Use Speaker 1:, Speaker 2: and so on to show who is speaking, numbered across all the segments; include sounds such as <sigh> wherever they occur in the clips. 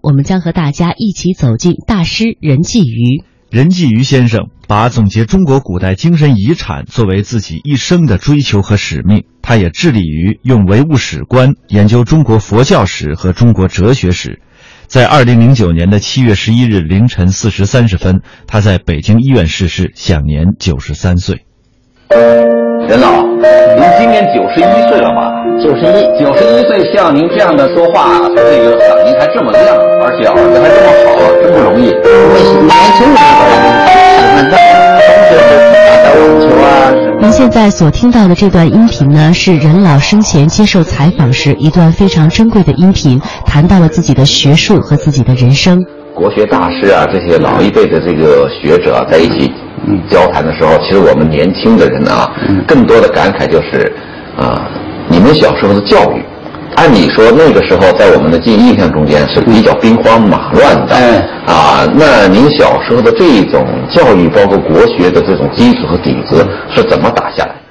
Speaker 1: 我们将和大家一起走进大师任继渝。
Speaker 2: 任继渝先生把总结中国古代精神遗产作为自己一生的追求和使命，他也致力于用唯物史观研究中国佛教史和中国哲学史。在二零零九年的七月十一日凌晨四时三十分，他在北京医院逝世，享年九十三岁。
Speaker 3: 任老，啊您今年九十一岁了吧？
Speaker 4: 九十一，
Speaker 3: 九十一岁像您这样的说话，这个嗓音还这么亮，而且耳朵还这么好，啊真不容易。
Speaker 4: 我年轻的时候想打网球啊，
Speaker 1: 您现在所听到的这段音频呢，是任老生前接受采访时一段非常珍贵的音频，谈到了自己的学术和自己的人生。
Speaker 3: 国学大师啊，这些老一辈的这个学者啊在一起交谈的时候，其实我们年轻的人啊，更多的感慨就是，啊、你们小时候的教育，按理说那个时候在我们的记忆印象中间是比较兵荒马乱的，
Speaker 4: 哎
Speaker 3: 啊，那您小时候的这种教育，包括国学的这种基础和底子是怎么打下来的？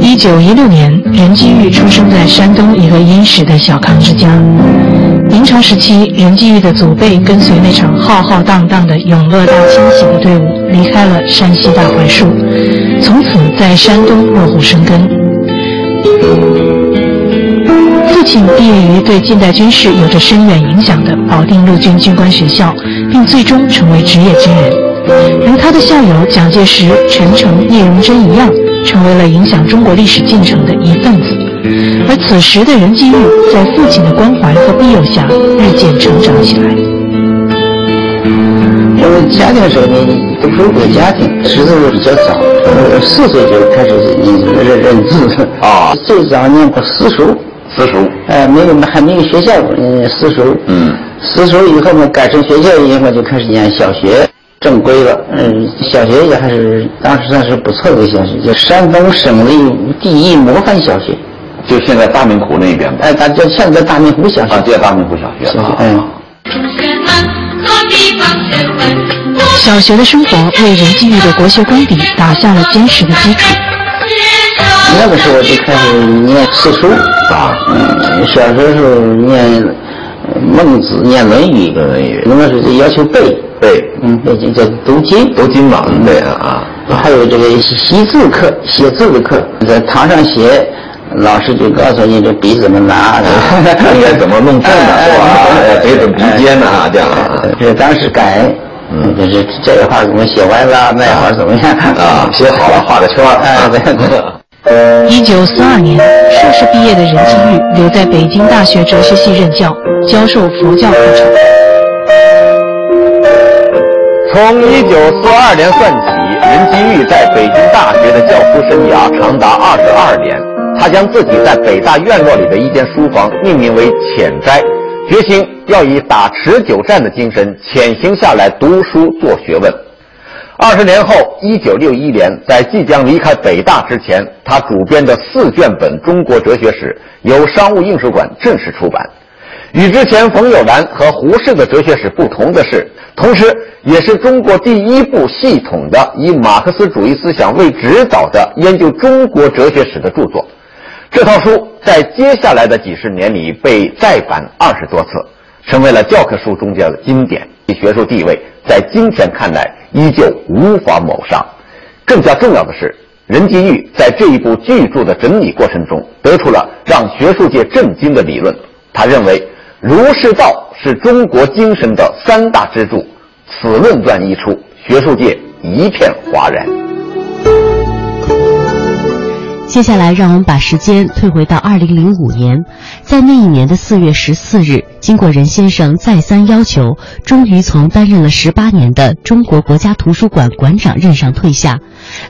Speaker 5: 一九一六年，任继愈出生在山东一个殷实的小康之家。明朝时期，任继愈的祖辈跟随那场浩浩荡荡的永乐大清洗的队伍，离开了山西大槐树，从此在山东落户生根。父亲毕业于对近代军事有着深远影响的保定陆军军官学校，并最终成为职业军人。如他的校友蒋介石、陈诚、聂荣臻一样，成为了影响中国历史进程的一份子。而此时的任继愈，在父亲的关怀和庇佑下，日渐成长起来。
Speaker 4: 因为家庭的时候呢，都是我家庭，识字比较早，呃四岁就开始认认字
Speaker 3: 啊
Speaker 4: 最早念过私塾，
Speaker 3: 私塾，
Speaker 4: 呃，没有还没有学校，呃私塾，
Speaker 3: 嗯，
Speaker 4: 私塾以后呢，改成学校以后就开始念小学。正规了，嗯，小学也还是当时算是不错的小学，就山东省立第一模范小学，
Speaker 3: 就现在大明湖那边吧，
Speaker 4: 哎，咱就现在大明湖小学，
Speaker 3: 啊，就在大明湖小学
Speaker 4: 小学
Speaker 3: 啊，，
Speaker 4: 嗯。
Speaker 6: 人们何必放学问？不
Speaker 5: 小学的生活为任继愈的国学功底打下了坚实的基础。
Speaker 6: 知道。
Speaker 4: 那个时候就开始念四书啊，嗯，小学时候念呃孟子、念《论语》，
Speaker 3: 《论语
Speaker 4: 那个时候就要求背，
Speaker 3: 对，
Speaker 4: 嗯，背经叫读经，嗯
Speaker 3: 读经嘛，对啊啊，
Speaker 4: 还有这个习字课、写字的课，在堂上写，老师就告诉你这笔怎么拿，
Speaker 3: 啊
Speaker 4: <laughs>
Speaker 3: 应该怎么弄正呢是吧
Speaker 4: 哎
Speaker 3: 哎别怎么笔尖呢啊这样啊
Speaker 4: 这当时改，
Speaker 3: 嗯
Speaker 4: 就是这一画怎么写歪了，那一画怎么样
Speaker 3: 啊，
Speaker 4: <laughs>
Speaker 3: 写好了画个圈儿，啊
Speaker 4: 哎，对对。
Speaker 3: <laughs>
Speaker 5: 一九四二年，硕士毕业的任继愈留在北京大学哲学系任教，教授佛教课程。
Speaker 3: 从一九四二年算起，任继愈在北京大学的教书生涯长达二十二年。他将自己在北大院落里的一间书房命名为“浅斋”，决心要以打持久战的精神潜行下来，读书做学问。二十年后，一九六一年，在即将离开北大之前，他主编的四卷本《中国哲学史》由商务印书馆正式出版。与之前冯友兰和胡适的哲学史不同的是，同时也是中国第一部系统的以马克思主义思想为指导的研究中国哲学史的著作。这套书在接下来的几十年里被再版二十多次，成为了教科书中间的经典。其学术地位在今天看来依旧无法抹杀。更加重要的是，任继愈在这一部巨著的整理过程中，得出了让学术界震惊的理论。他认为，儒释道是中国精神的三大支柱。此论断一出，学术界一片哗然。
Speaker 1: 接下来，让我们把时间退回到二零零五年，在那一年的四月十四日，经过任先生再三要求，终于从担任了十八年的中国国家图书馆馆长任上退下。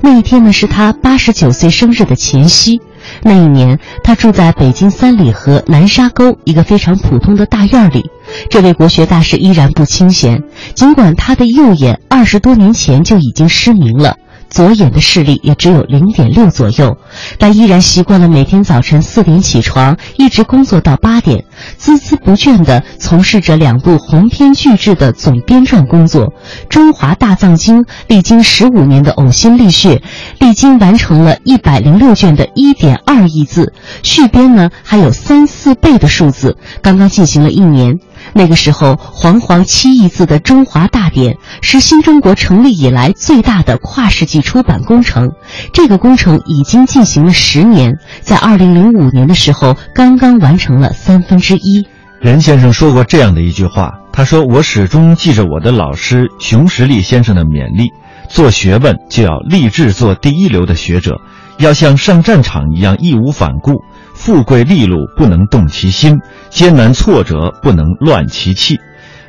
Speaker 1: 那一天呢，是他八十九岁生日的前夕。那一年，他住在北京三里河南沙沟一个非常普通的大院里。这位国学大师依然不清闲，尽管他的右眼二十多年前就已经失明了。左眼的视力也只有零点六左右，但依然习惯了每天早晨四点起床，一直工作到八点，孜孜不倦地从事着两部鸿篇巨制的总编撰工作。《中华大藏经》历经十五年的呕心沥血，历经完成了一百零六卷的一点二亿字，续编呢还有三四倍的数字，刚刚进行了一年。那个时候，煌煌七亿字的《中华大典》是新中国成立以来最大的跨世纪出版工程。这个工程已经进行了十年，在二零零五年的时候，刚刚完成了三分之一。
Speaker 2: 任先生说过这样的一句话，他说：“我始终记着我的老师熊十力先生的勉励，做学问就要立志做第一流的学者，要像上战场一样义无反顾，富贵利禄不能动其心，艰难挫折不能乱其气。”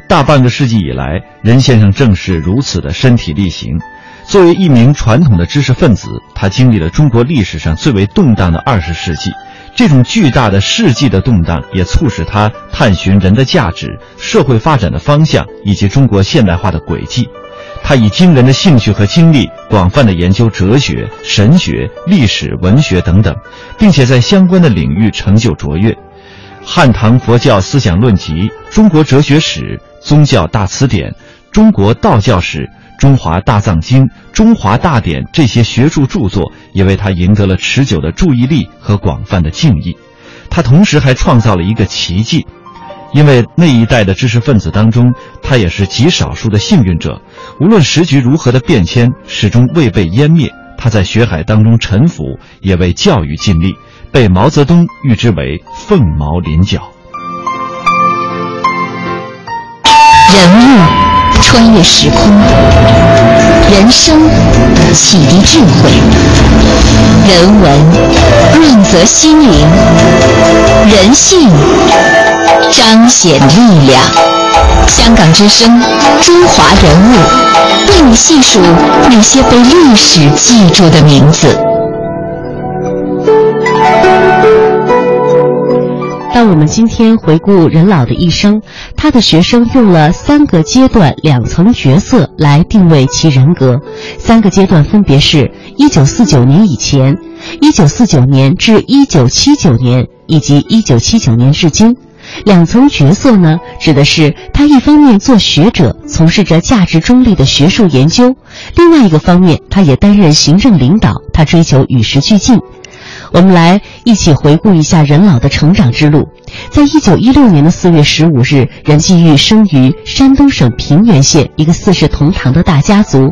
Speaker 2: 大半个世纪以来，任先生正是如此的身体力行。作为一名传统的知识分子，他经历了中国历史上最为动荡的二十世纪。这种巨大的世纪的动荡，也促使他探寻人的价值、社会发展的方向以及中国现代化的轨迹。他以惊人的兴趣和精力，广泛的研究哲学、神学、历史、文学等等，并且在相关的领域成就卓越。《汉唐佛教思想论集》《中国哲学史》《宗教大辞典》《中国道教史》《中华大藏经》《中华大典》这些学术著作，也为他赢得了持久的注意力和广泛的敬意。他同时还创造了一个奇迹，因为那一代的知识分子当中，他也是极少数的幸运者。无论时局如何的变迁，始终未被湮灭。他在学海当中沉浮，也为教育尽力，被毛泽东誉之为“凤毛麟角”。
Speaker 7: 人物穿越时空，人生启迪智慧，人文润泽心灵，人性彰显力量。香港之声，中华人物，为你细数那些被历史记住的名字。
Speaker 1: 当我们今天回顾任老的一生，他的学生用了三个阶段、两层角色来定位其人格。三个阶段分别是：一九四九年以前、一九四九年至一九七九年以及一九七九年至今。两层角色呢，指的是他一方面做学者，从事着价值中立的学术研究；另外一个方面，他也担任行政领导，他追求与时俱进。我们来一起回顾一下任老的成长之路。在一九一六年的四月十五日，任继愈生于山东省平原县一个四世同堂的大家族，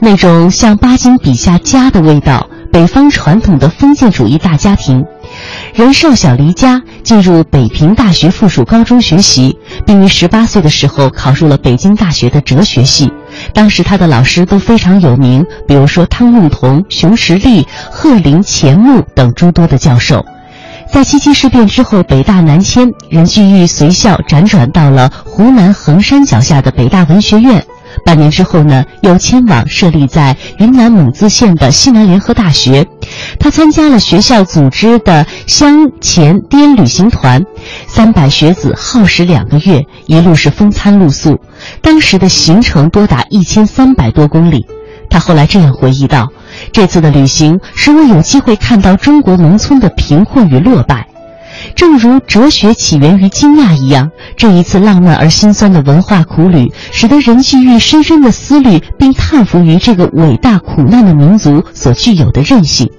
Speaker 1: 那种像巴金笔下家的味道，北方传统的封建主义大家庭。任瘦小离家，进入北平大学附属高中学习，并于十八岁的时候考入了北京大学的哲学系。当时他的老师都非常有名，比如说汤用彤、熊十力、贺林、钱穆等诸多的教授。在七七事变之后，北大南迁，任巨玉随校辗转到了湖南衡山脚下的北大文学院。半年之后呢，又迁往设立在云南蒙自县的西南联合大学。他参加了学校组织的湘黔滇旅行团，三百学子耗时两个月，一路是风餐露宿。当时的行程多达一千三百多公里。他后来这样回忆道：“这次的旅行使我有机会看到中国农村的贫困与落败。”正如哲学起源于惊讶一样，这一次浪漫而心酸的文化苦旅，使得任继愈深深的思虑并叹服于这个伟大苦难的民族所具有的韧性。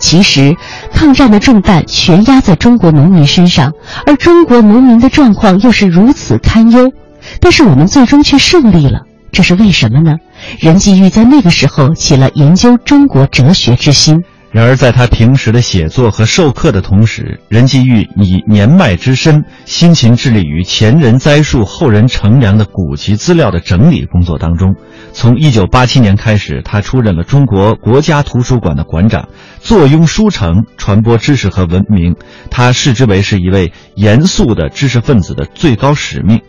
Speaker 1: 其实，抗战的重担全压在中国农民身上，而中国农民的状况又是如此堪忧，但是我们最终却胜利了，这是为什么呢？任继愈在那个时候起了研究中国哲学之心。
Speaker 2: 然而，在他平时的写作和授课的同时，任继愈以年迈之身，辛勤致力于前人栽树、后人乘凉的古籍资料的整理工作当中。从1987年开始，他出任了中国国家图书馆的馆长，坐拥书城，传播知识和文明。他视之为是一位严肃的知识分子的最高使命。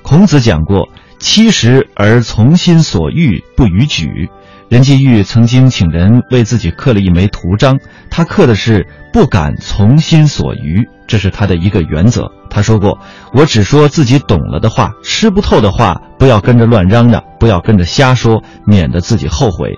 Speaker 2: 孔子讲过：“七十而从心所欲不逾矩。”任继愈曾经请人为自己刻了一枚图章，他刻的是“不敢从心所欲”，这是他的一个原则。他说过：“我只说自己懂了的话，吃不透的话，不要跟着乱嚷嚷，不要跟着瞎说，免得自己后悔。”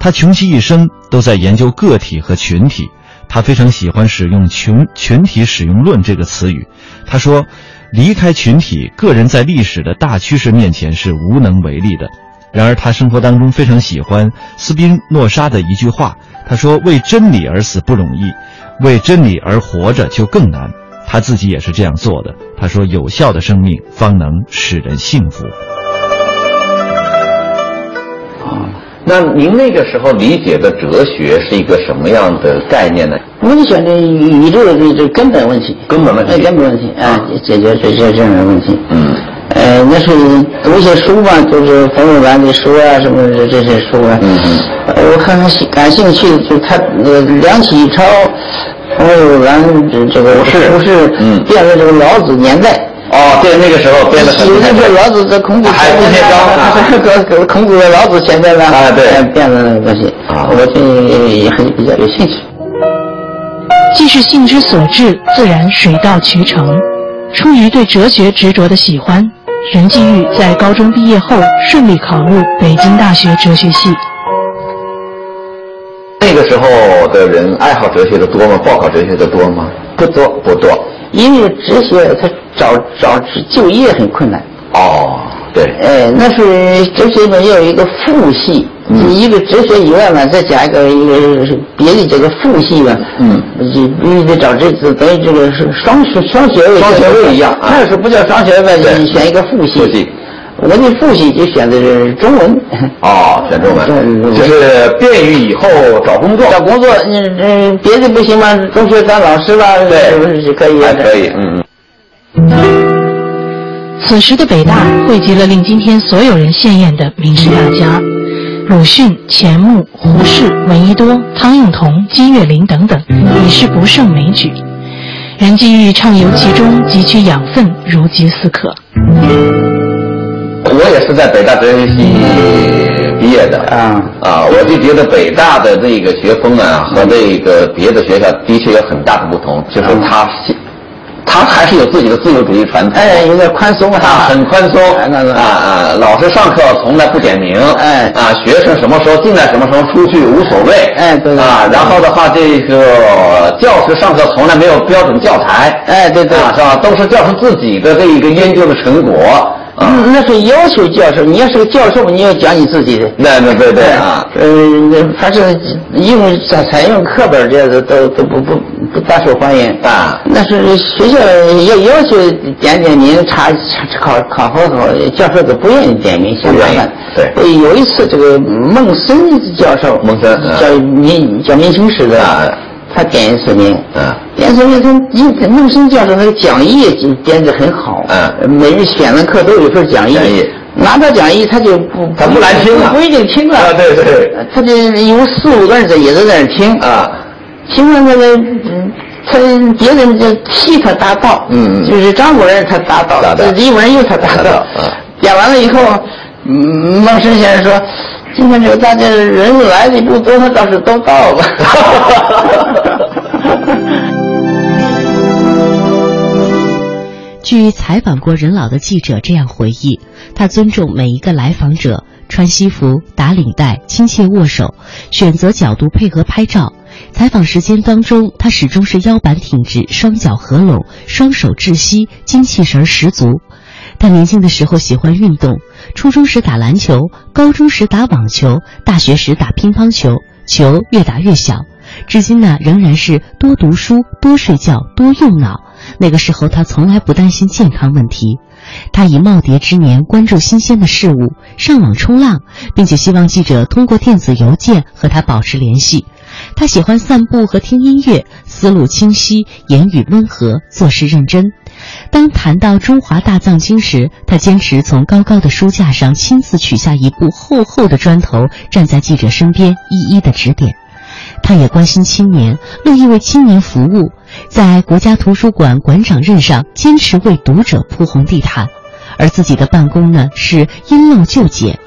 Speaker 2: 他他穷其一生都在研究个体和群体，他非常喜欢使用“群群体使用论”这个词语。他说，离开群体，个人在历史的大趋势面前是无能为力的。然而，他生活当中非常喜欢斯宾诺莎的一句话，他说：“为真理而死不容易，为真理而活着就更难。”他自己也是这样做的。他说：“有效的生命方能使人幸福。
Speaker 3: 那您那个时候理解的哲学是一个什么样的概念呢？
Speaker 4: 我就想这宇宙的这这根本问题，
Speaker 3: 根本问题
Speaker 4: 哎根本问题啊，解决解决这样的问题。
Speaker 3: 嗯，
Speaker 4: 呃，那是读一些书嘛，就是冯友兰的书啊，什么这这些书啊。
Speaker 3: 嗯嗯
Speaker 4: 呃我很感兴趣，就他呃梁启超、冯友兰这这个
Speaker 3: 胡适
Speaker 4: 不是
Speaker 3: 嗯
Speaker 4: 变了这个老子年代。
Speaker 3: 哦，对，那个时候编的很
Speaker 4: 有那个老子在孔子
Speaker 3: 还
Speaker 4: 前
Speaker 3: 不
Speaker 4: 面
Speaker 3: 贴
Speaker 4: 呢 <laughs>
Speaker 3: 标啊
Speaker 4: 孔孔子的老子前面呢，
Speaker 3: 啊对
Speaker 4: 呃变了那个东西
Speaker 3: 啊
Speaker 4: 我对也很比较有兴趣。
Speaker 5: 既是性之所至，自然水到渠成。出于对哲学执着的喜欢，任继愈在高中毕业后顺利考入北京大学哲学系。
Speaker 3: 那个时候的人爱好哲学的多吗？报考哲学的多吗？不多，不多。
Speaker 4: 因为哲学他找找就业很困难，
Speaker 3: 哦，对，
Speaker 4: 呃，那是哲学里面要有一个父系，
Speaker 3: 嗯
Speaker 4: 一个哲学以外嘛，再加一个一个别的这个父系嘛，
Speaker 3: 嗯，
Speaker 4: 就必须得找这这等于这个是双学双学位，
Speaker 3: 双学位一样啊
Speaker 4: 那是不叫双学位，
Speaker 3: 对
Speaker 4: 你选一个父系，
Speaker 3: 父系，
Speaker 4: 我的父系就选的是中 <laughs> 文。
Speaker 3: 哦，选中文，
Speaker 4: 嗯
Speaker 3: 就是便于以后找工作。
Speaker 4: 找工作，你嗯，别的不行吗？中学当老师吧，是不是是可以啊
Speaker 3: 还
Speaker 4: 的？
Speaker 3: 可以，嗯嗯。
Speaker 5: 此时的北大汇集了令今天所有人羡艳的名师大家，鲁迅、钱穆、胡适、闻一多、汤用彤、金岳霖等等，已是不胜枚举。任继愈畅游其中，汲取养分，如饥似渴。
Speaker 3: 我也是在北大哲学系毕业的
Speaker 4: 啊
Speaker 3: 啊，我就觉得北大的这个学风啊，和这个别的学校的确有很大的不同，就是
Speaker 4: 嗯
Speaker 3: 它是，它还是有自己的自由主义传统，
Speaker 4: 哎，有点宽松啊，
Speaker 3: 啊，很宽松
Speaker 4: 哎那那
Speaker 3: 啊啊！老师上课从来不点名，
Speaker 4: 哎
Speaker 3: 啊，学生什么时候进来，什么时候出去无所谓，
Speaker 4: 哎对对
Speaker 3: 啊。然后的话，这个教室上课从来没有标准教材，
Speaker 4: 哎对对
Speaker 3: 啊，是吧？都是教师自己的这一个研究的成果，啊，
Speaker 4: 嗯，那是要求教授，你要是个教授，你要讲你自己的。
Speaker 3: 那那对对啊，
Speaker 4: 呃，那反正用采采用课本这样子都都不不不大受欢迎。
Speaker 3: 啊
Speaker 4: 那是学校要要求点点名查查考考核考，教授都不愿意点名，嫌麻烦。
Speaker 3: 不愿意
Speaker 4: 对。有一次，这个孟森教授，
Speaker 3: 孟森啊
Speaker 4: 教民教民情史的，
Speaker 3: 啊
Speaker 4: 他点一次名。
Speaker 3: 啊
Speaker 4: 点一次名，他因他孟森教授他的讲义编得很好，
Speaker 3: 嗯
Speaker 4: 每日选了课都有份讲义，
Speaker 3: 讲义
Speaker 4: 拿到讲义他就不
Speaker 3: 他不来听了
Speaker 4: 不一定听了，
Speaker 3: 啊对对
Speaker 4: 他这有四五个人在也在那儿听，
Speaker 3: 啊，
Speaker 4: 听了那个，嗯他别人就替他答道，
Speaker 3: 嗯嗯
Speaker 4: 就是张国仁他答道
Speaker 3: 答，道
Speaker 4: 这李文佑他答
Speaker 3: 答道
Speaker 4: 道
Speaker 3: 啊，
Speaker 4: 讲完了以后，嗯孟生先生说。今天这个大家人来的不多，倒是都
Speaker 3: <laughs>
Speaker 4: 到了。
Speaker 1: 据采访过任老的记者这样回忆，他尊重每一个来访者，穿西服、打领带、亲切握手，选择角度配合拍照。采访时间当中，他始终是腰板挺直，双脚合拢，双手窒息，精气神儿十足。他年轻的时候喜欢运动，初中时打篮球，高中时打网球，大学时打乒乓球，球越打越小。至今呢，仍然是多读书、多睡觉、多用脑。那个时候，他从来不担心健康问题。他以耄耋之年关注新鲜的事物，上网冲浪，并且希望记者通过电子邮件和他保持联系。他喜欢散步和听音乐，思路清晰，言语温和，做事认真。当谈到中华大藏经时，他坚持从高高的书架上亲自取下一部厚厚的砖头，站在记者身边一一的指点。他也关心青年，乐意为青年服务，在国家图书馆馆长任上坚持为读者铺红地毯，而自己的办公呢是因陋就简。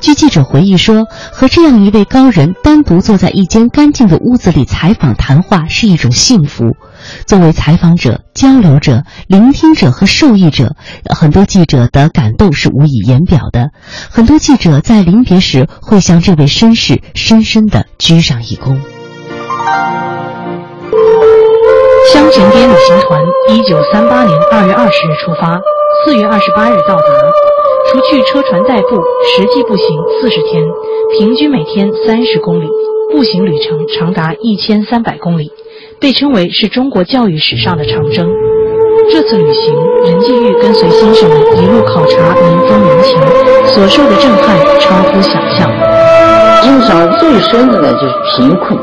Speaker 1: 据记者回忆说，和这样一位高人单独坐在一间干净的屋子里采访谈话是一种幸福，作为采访者、交流者、聆听者和受益者，呃很多记者的感动是无以言表的。很多记者在临别时会向这位绅士深深地鞠上一躬。
Speaker 5: 湘琴街旅行团一九三八年二月二十日出发，四月二十八日到达。除去车船代步，实际步行四十天，平均每天三十公里，步行旅程长达一千三百公里，被称为是中国教育史上的长征。这次旅行，任继玉跟随先生们一路考察民风民情，所受的震撼超乎想象。
Speaker 4: 印象最深的呢就是贫困，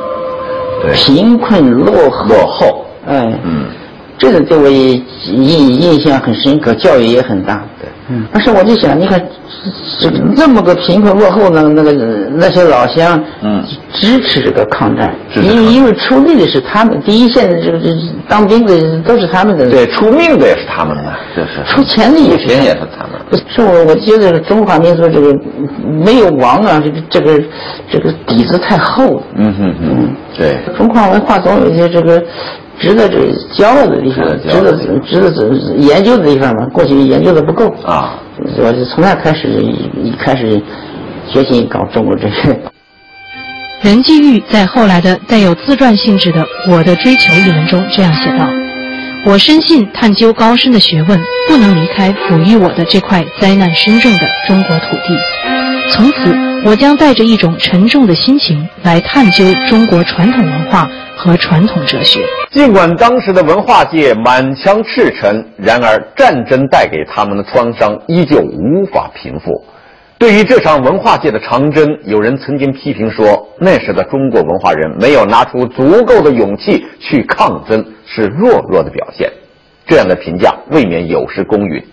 Speaker 3: 对
Speaker 4: 贫困落后，
Speaker 3: 落后，
Speaker 4: 哎，
Speaker 3: 嗯，
Speaker 4: 这个对我也印印象很深刻，教育也很大。
Speaker 3: 对，
Speaker 4: 嗯，但是我就想，你看，这这那么个贫困落后的那个那些老乡，
Speaker 3: 嗯
Speaker 4: 支持这个抗战，
Speaker 3: 支持
Speaker 4: 因
Speaker 3: 抗
Speaker 4: 为
Speaker 3: 战
Speaker 4: 因为出力的是他们，第一线的这个这当兵的都是他们的，
Speaker 3: 对，出命的也是他们的，这是
Speaker 4: 出钱的也是他
Speaker 3: 钱
Speaker 4: 们
Speaker 3: 也是他们的，
Speaker 4: 是我我觉得中华民族这个没有亡啊，这个这个这个底子太厚了。
Speaker 3: 嗯哼哼，对，
Speaker 4: 中华文化总有一些这个值得这个骄傲的地方，
Speaker 3: 值
Speaker 4: 值
Speaker 3: 得骄傲
Speaker 4: 得
Speaker 3: 的地方
Speaker 4: 值得研究的地方嘛。过去研究的不够
Speaker 3: 啊，
Speaker 4: 我就从那开始一一开始决心搞中国这个。
Speaker 5: 任继玉在后来的带有自传性质的《我的追求》一文中这样写道：“我深信探究高深的学问，不能离开哺育我的这块灾难深重的中国土地。从此，我将带着一种沉重的心情来探究中国传统文化和传统哲学。
Speaker 3: 尽管当时的文化界满腔赤诚，然而战争带给他们的创伤依旧无法平复。对于这场文化界的长征，有人曾经批评说，那时的中国文化人没有拿出足够的勇气去抗争，是懦弱的表现。这样的评价未免有失公允。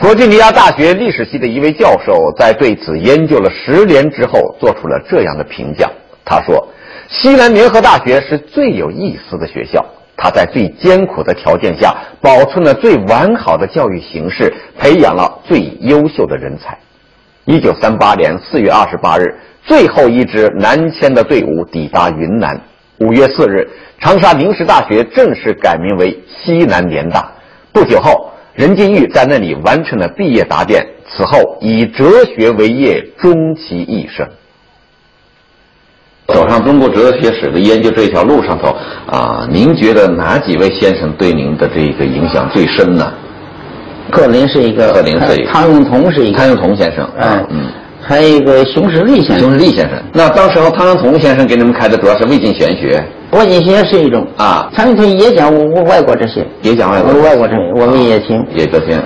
Speaker 3: 弗吉尼亚大学历史系的一位教授在对此研究了十年之后，做出了这样的评价。他说：“西南联合大学是最有意思的学校，它在最艰苦的条件下保存了最完好的教育形式，培养了最优秀的人才。”一九三八年四月二十八日，最后一支南迁的队伍抵达云南。五月四日，长沙临时大学正式改名为西南联大。不久后，任继玉在那里完成了毕业答辩，此后以哲学为业，终其一生。走上中国哲学史的研究这条路上头，啊，您觉得哪几位先生对您的这个影响最深呢？
Speaker 4: 克林是一个，
Speaker 3: 克林是一个
Speaker 4: 汤用彤是一个，
Speaker 3: 汤用彤先生，
Speaker 4: 哎，
Speaker 3: 嗯，
Speaker 4: 还有一个熊十力先
Speaker 3: 熊
Speaker 4: 生，
Speaker 3: 十力先生。那当时候汤用彤先生给你们开的主要是魏晋玄学
Speaker 4: 我以前是一种，
Speaker 3: 啊，
Speaker 4: 汤用彤也讲我我外国这些，
Speaker 3: 也讲外国
Speaker 4: 我外国这我们也听。
Speaker 3: 也各篇，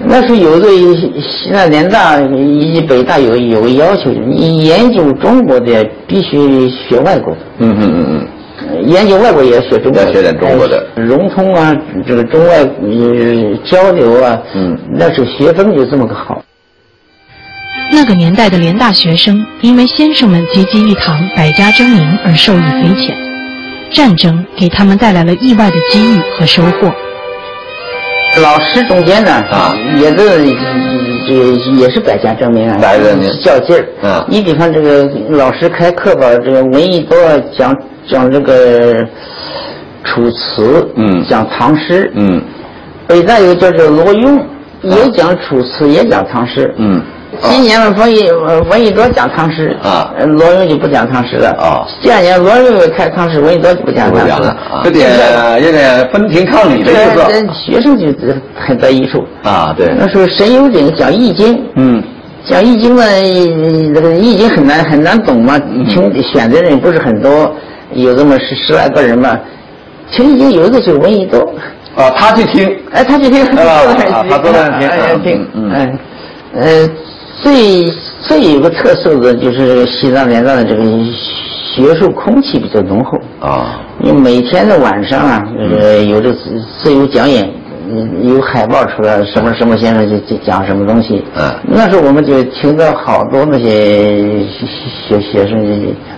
Speaker 4: 那时候有对西南联大以及北大有有个要求，你研究中国的必须学外国的，
Speaker 3: 嗯嗯嗯嗯，
Speaker 4: 呃研究外国也要学中国的，
Speaker 3: 要学点中国的
Speaker 4: 呃融通啊，这个中外呃交流啊，
Speaker 3: 嗯
Speaker 4: 那时候学风就这么个好。
Speaker 5: 那个年代的联大学生，因为先生们集集一堂，百家争鸣而受益匪浅。战争给他们带来了意外的机遇和收获。
Speaker 4: 老师中间呢，
Speaker 3: 啊
Speaker 4: 也是这也是百家争鸣啊，
Speaker 3: 百家争鸣
Speaker 4: 较劲儿。
Speaker 3: 嗯
Speaker 4: 你比方这个老师开课吧，这个文艺都要讲讲这个《楚辞》，
Speaker 3: 嗯
Speaker 4: 讲唐诗，
Speaker 3: 嗯啊
Speaker 4: 北大有叫做罗庸，也讲《楚辞》，也讲唐诗。
Speaker 3: 嗯，
Speaker 4: 今年的文艺呃闻一多讲唐诗
Speaker 3: 啊
Speaker 4: 呃罗庸就不讲唐诗了
Speaker 3: 啊
Speaker 4: 第二年罗庸也开唐诗，闻一多就不讲
Speaker 3: 不
Speaker 4: 唐诗
Speaker 3: 讲了
Speaker 4: 了
Speaker 3: 啊，这点有点分庭抗礼的
Speaker 4: 这
Speaker 3: 意
Speaker 4: 这
Speaker 3: 思
Speaker 4: 学生就很得益处。
Speaker 3: 啊，对，
Speaker 4: 那时候沈有鼎讲《易经》，
Speaker 3: 嗯
Speaker 4: 讲《易经》呢，这个《易经》很难很难懂嘛，听选的人也不是很多，有这么十十来个人嘛。听《易经》有一个就是闻一多。
Speaker 3: 啊，他去听，
Speaker 4: 哎，他就听，
Speaker 3: 啊啊他坐那儿听
Speaker 4: 哎
Speaker 3: 嗯
Speaker 4: 听，
Speaker 3: 嗯
Speaker 4: 哎，呃，最最有个特色的就是西藏联大的这个学术空气比较浓厚，
Speaker 3: 啊，
Speaker 4: 你每天的晚上啊，呃，有这自自由讲演，嗯有海报出来，什么什么先生就就讲什么东西，
Speaker 3: 嗯
Speaker 4: 那时候我们就听到好多那些学学学生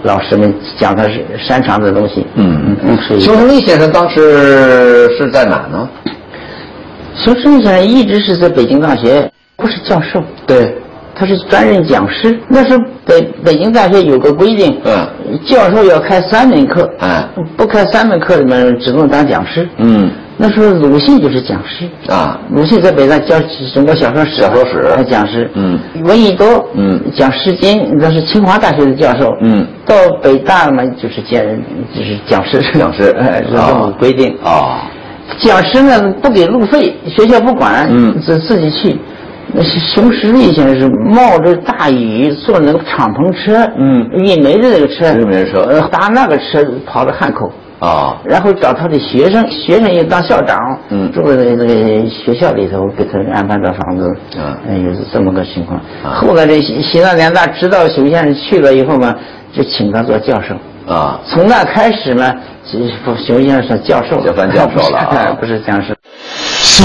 Speaker 4: 老师们讲他是擅长的东西，
Speaker 3: 嗯
Speaker 4: 嗯，是
Speaker 3: 熊十力先生当时是在哪呢？
Speaker 4: 熊先生一直是在北京大学，不是教授。
Speaker 3: 对，
Speaker 4: 他是专任讲师。那时候北北京大学有个规定，
Speaker 3: 嗯，
Speaker 4: 教授要开三门课，
Speaker 3: 哎，
Speaker 4: 不开三门课里面只能当讲师。
Speaker 3: 嗯
Speaker 4: 那时候鲁迅就是讲师，
Speaker 3: 啊，
Speaker 4: 鲁迅在北大教中国小说史，
Speaker 3: 小说史
Speaker 4: 他讲师，
Speaker 3: 嗯，
Speaker 4: 闻一多，
Speaker 3: 嗯
Speaker 4: 讲《诗经》，那是清华大学的教授，
Speaker 3: 嗯，
Speaker 4: 到北大了嘛，就是兼任，就是讲师，
Speaker 3: 讲师
Speaker 4: <laughs> 哎，是这么
Speaker 3: 哦
Speaker 4: 规定。
Speaker 3: 啊，
Speaker 4: 讲师呢不给路费，学校不管，
Speaker 3: 嗯
Speaker 4: 自自己去。那是熊十力先生是冒着大雨坐那个敞篷车，
Speaker 3: 嗯
Speaker 4: 运煤的那个车，
Speaker 3: 运煤车
Speaker 4: 呃，搭那个车跑到汉口，
Speaker 3: 啊，
Speaker 4: 然后找他的学生，学生又当校长，
Speaker 3: 嗯
Speaker 4: 住在那个学校里头，给他安排到房子，
Speaker 3: 嗯
Speaker 4: 哎，有这么个情况。
Speaker 3: 啊
Speaker 4: 后来这西西南联大知道熊先生去了以后嘛，就请他做教授。
Speaker 3: 啊，
Speaker 4: 从那开始呢，这熊先生是教授，
Speaker 3: 就算教授了啊
Speaker 4: <laughs> 哎不是讲师。
Speaker 8: 溯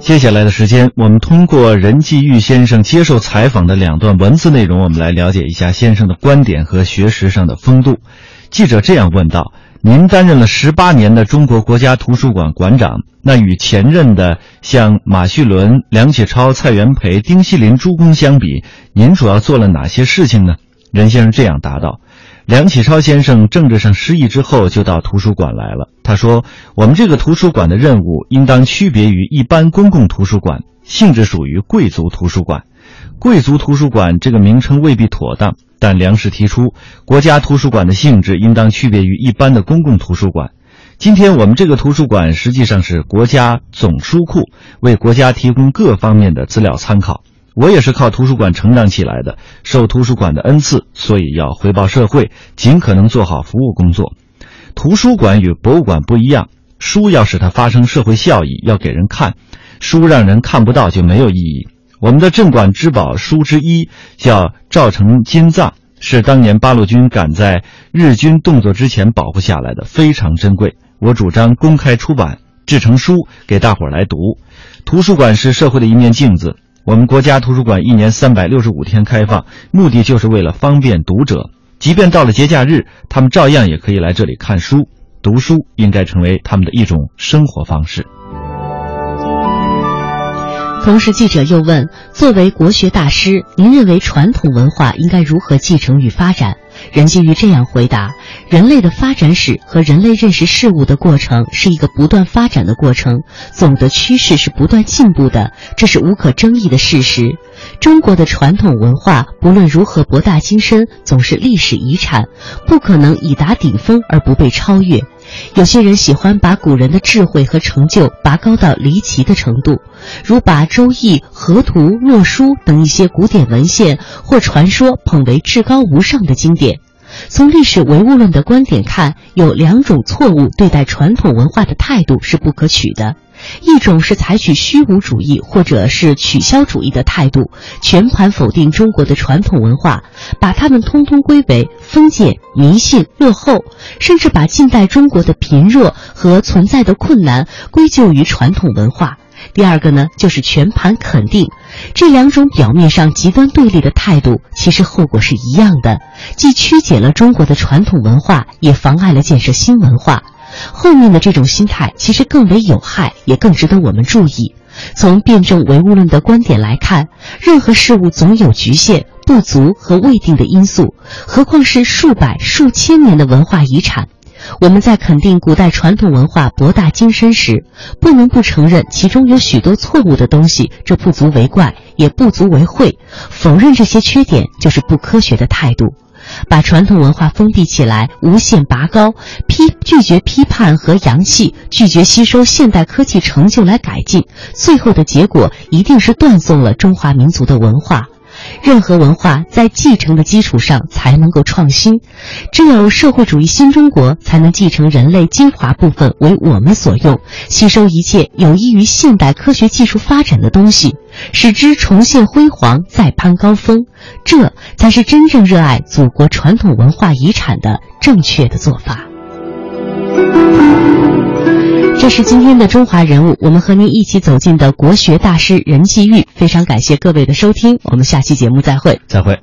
Speaker 2: 接下来的时间，我们通过任继愈先生接受采访的两段文字内容，我们来了解一下先生的观点和学识上的风度。记者这样问道：“您担任了十八年的中国国家图书馆馆长，那与前任的像马旭伦、梁启超、蔡元培、丁锡林、朱公相比，您主要做了哪些事情呢？”任先生这样答道。梁启超先生政治上失意之后，就到图书馆来了。他说：“我们这个图书馆的任务应当区别于一般公共图书馆，性质属于贵族图书馆。贵族图书馆这个名称未必妥当，但梁实提出，国家图书馆的性质应当区别于一般的公共图书馆。今天我们这个图书馆实际上是国家总书库，为国家提供各方面的资料参考。我也是靠图书馆成长起来的，受图书馆的恩赐，所以要回报社会，尽可能做好服务工作。图书馆与博物馆不一样，书要使它发生社会效益，要给人看，书让人看不到就没有意义。我们的镇馆之宝书之一叫赵城金藏，是当年八路军赶在日军动作之前保护下来的，非常珍贵。我主张公开出版，制成书给大伙儿来读。图书馆是社会的一面镜子。我们国家图书馆一年三百六十五天开放，目的就是为了方便读者。即便到了节假日，他们照样也可以来这里看书。读书应该成为他们的一种生活方式。
Speaker 1: 同时，记者又问：作为国学大师，您认为传统文化应该如何继承与发展？任继愈这样回答：人类的发展史和人类认识事物的过程是一个不断发展的过程，总的趋势是不断进步的，这是无可争议的事实。中国的传统文化不论如何博大精深，总是历史遗产，不可能以达顶峰而不被超越。有些人喜欢把古人的智慧和成就拔高到离奇的程度，如把《周易》《河图》《洛书》等一些古典文献或传说捧为至高无上的经典。从历史唯物论的观点看，有两种错误对待传统文化的态度是不可取的。一种是采取虚无主义或者是取消主义的态度，全盘否定中国的传统文化，把它们通通归为封建、迷信、落后，甚至把近代中国的贫弱和存在的困难归咎于传统文化。第二个呢，就是全盘肯定，这两种表面上极端对立的态度，其实后果是一样的，既曲解了中国的传统文化，也妨碍了建设新文化。后面的这种心态其实更为有害，也更值得我们注意。从辩证唯物论的观点来看，任何事物总有局限、不足和未定的因素，何况是数百、数千年的文化遗产。我们在肯定古代传统文化博大精深时，不能不承认其中有许多错误的东西，这不足为怪，也不足为讳。否认这些缺点就是不科学的态度。把传统文化封闭起来，无限拔高，批拒绝批判和扬弃，拒绝吸收现代科技成就来改进，最后的结果一定是断送了中华民族的文化。任何文化在继承的基础上才能够创新，只有社会主义新中国才能继承人类精华部分为我们所用，吸收一切有益于现代科学技术发展的东西，使之重现辉煌，再攀高峰。这才是真正热爱祖国传统文化遗产的正确的做法。这是今天的中华人物，我们和您一起走进的国学大师任继愈。非常感谢各位的收听，我们下期节目再会。
Speaker 2: 再会。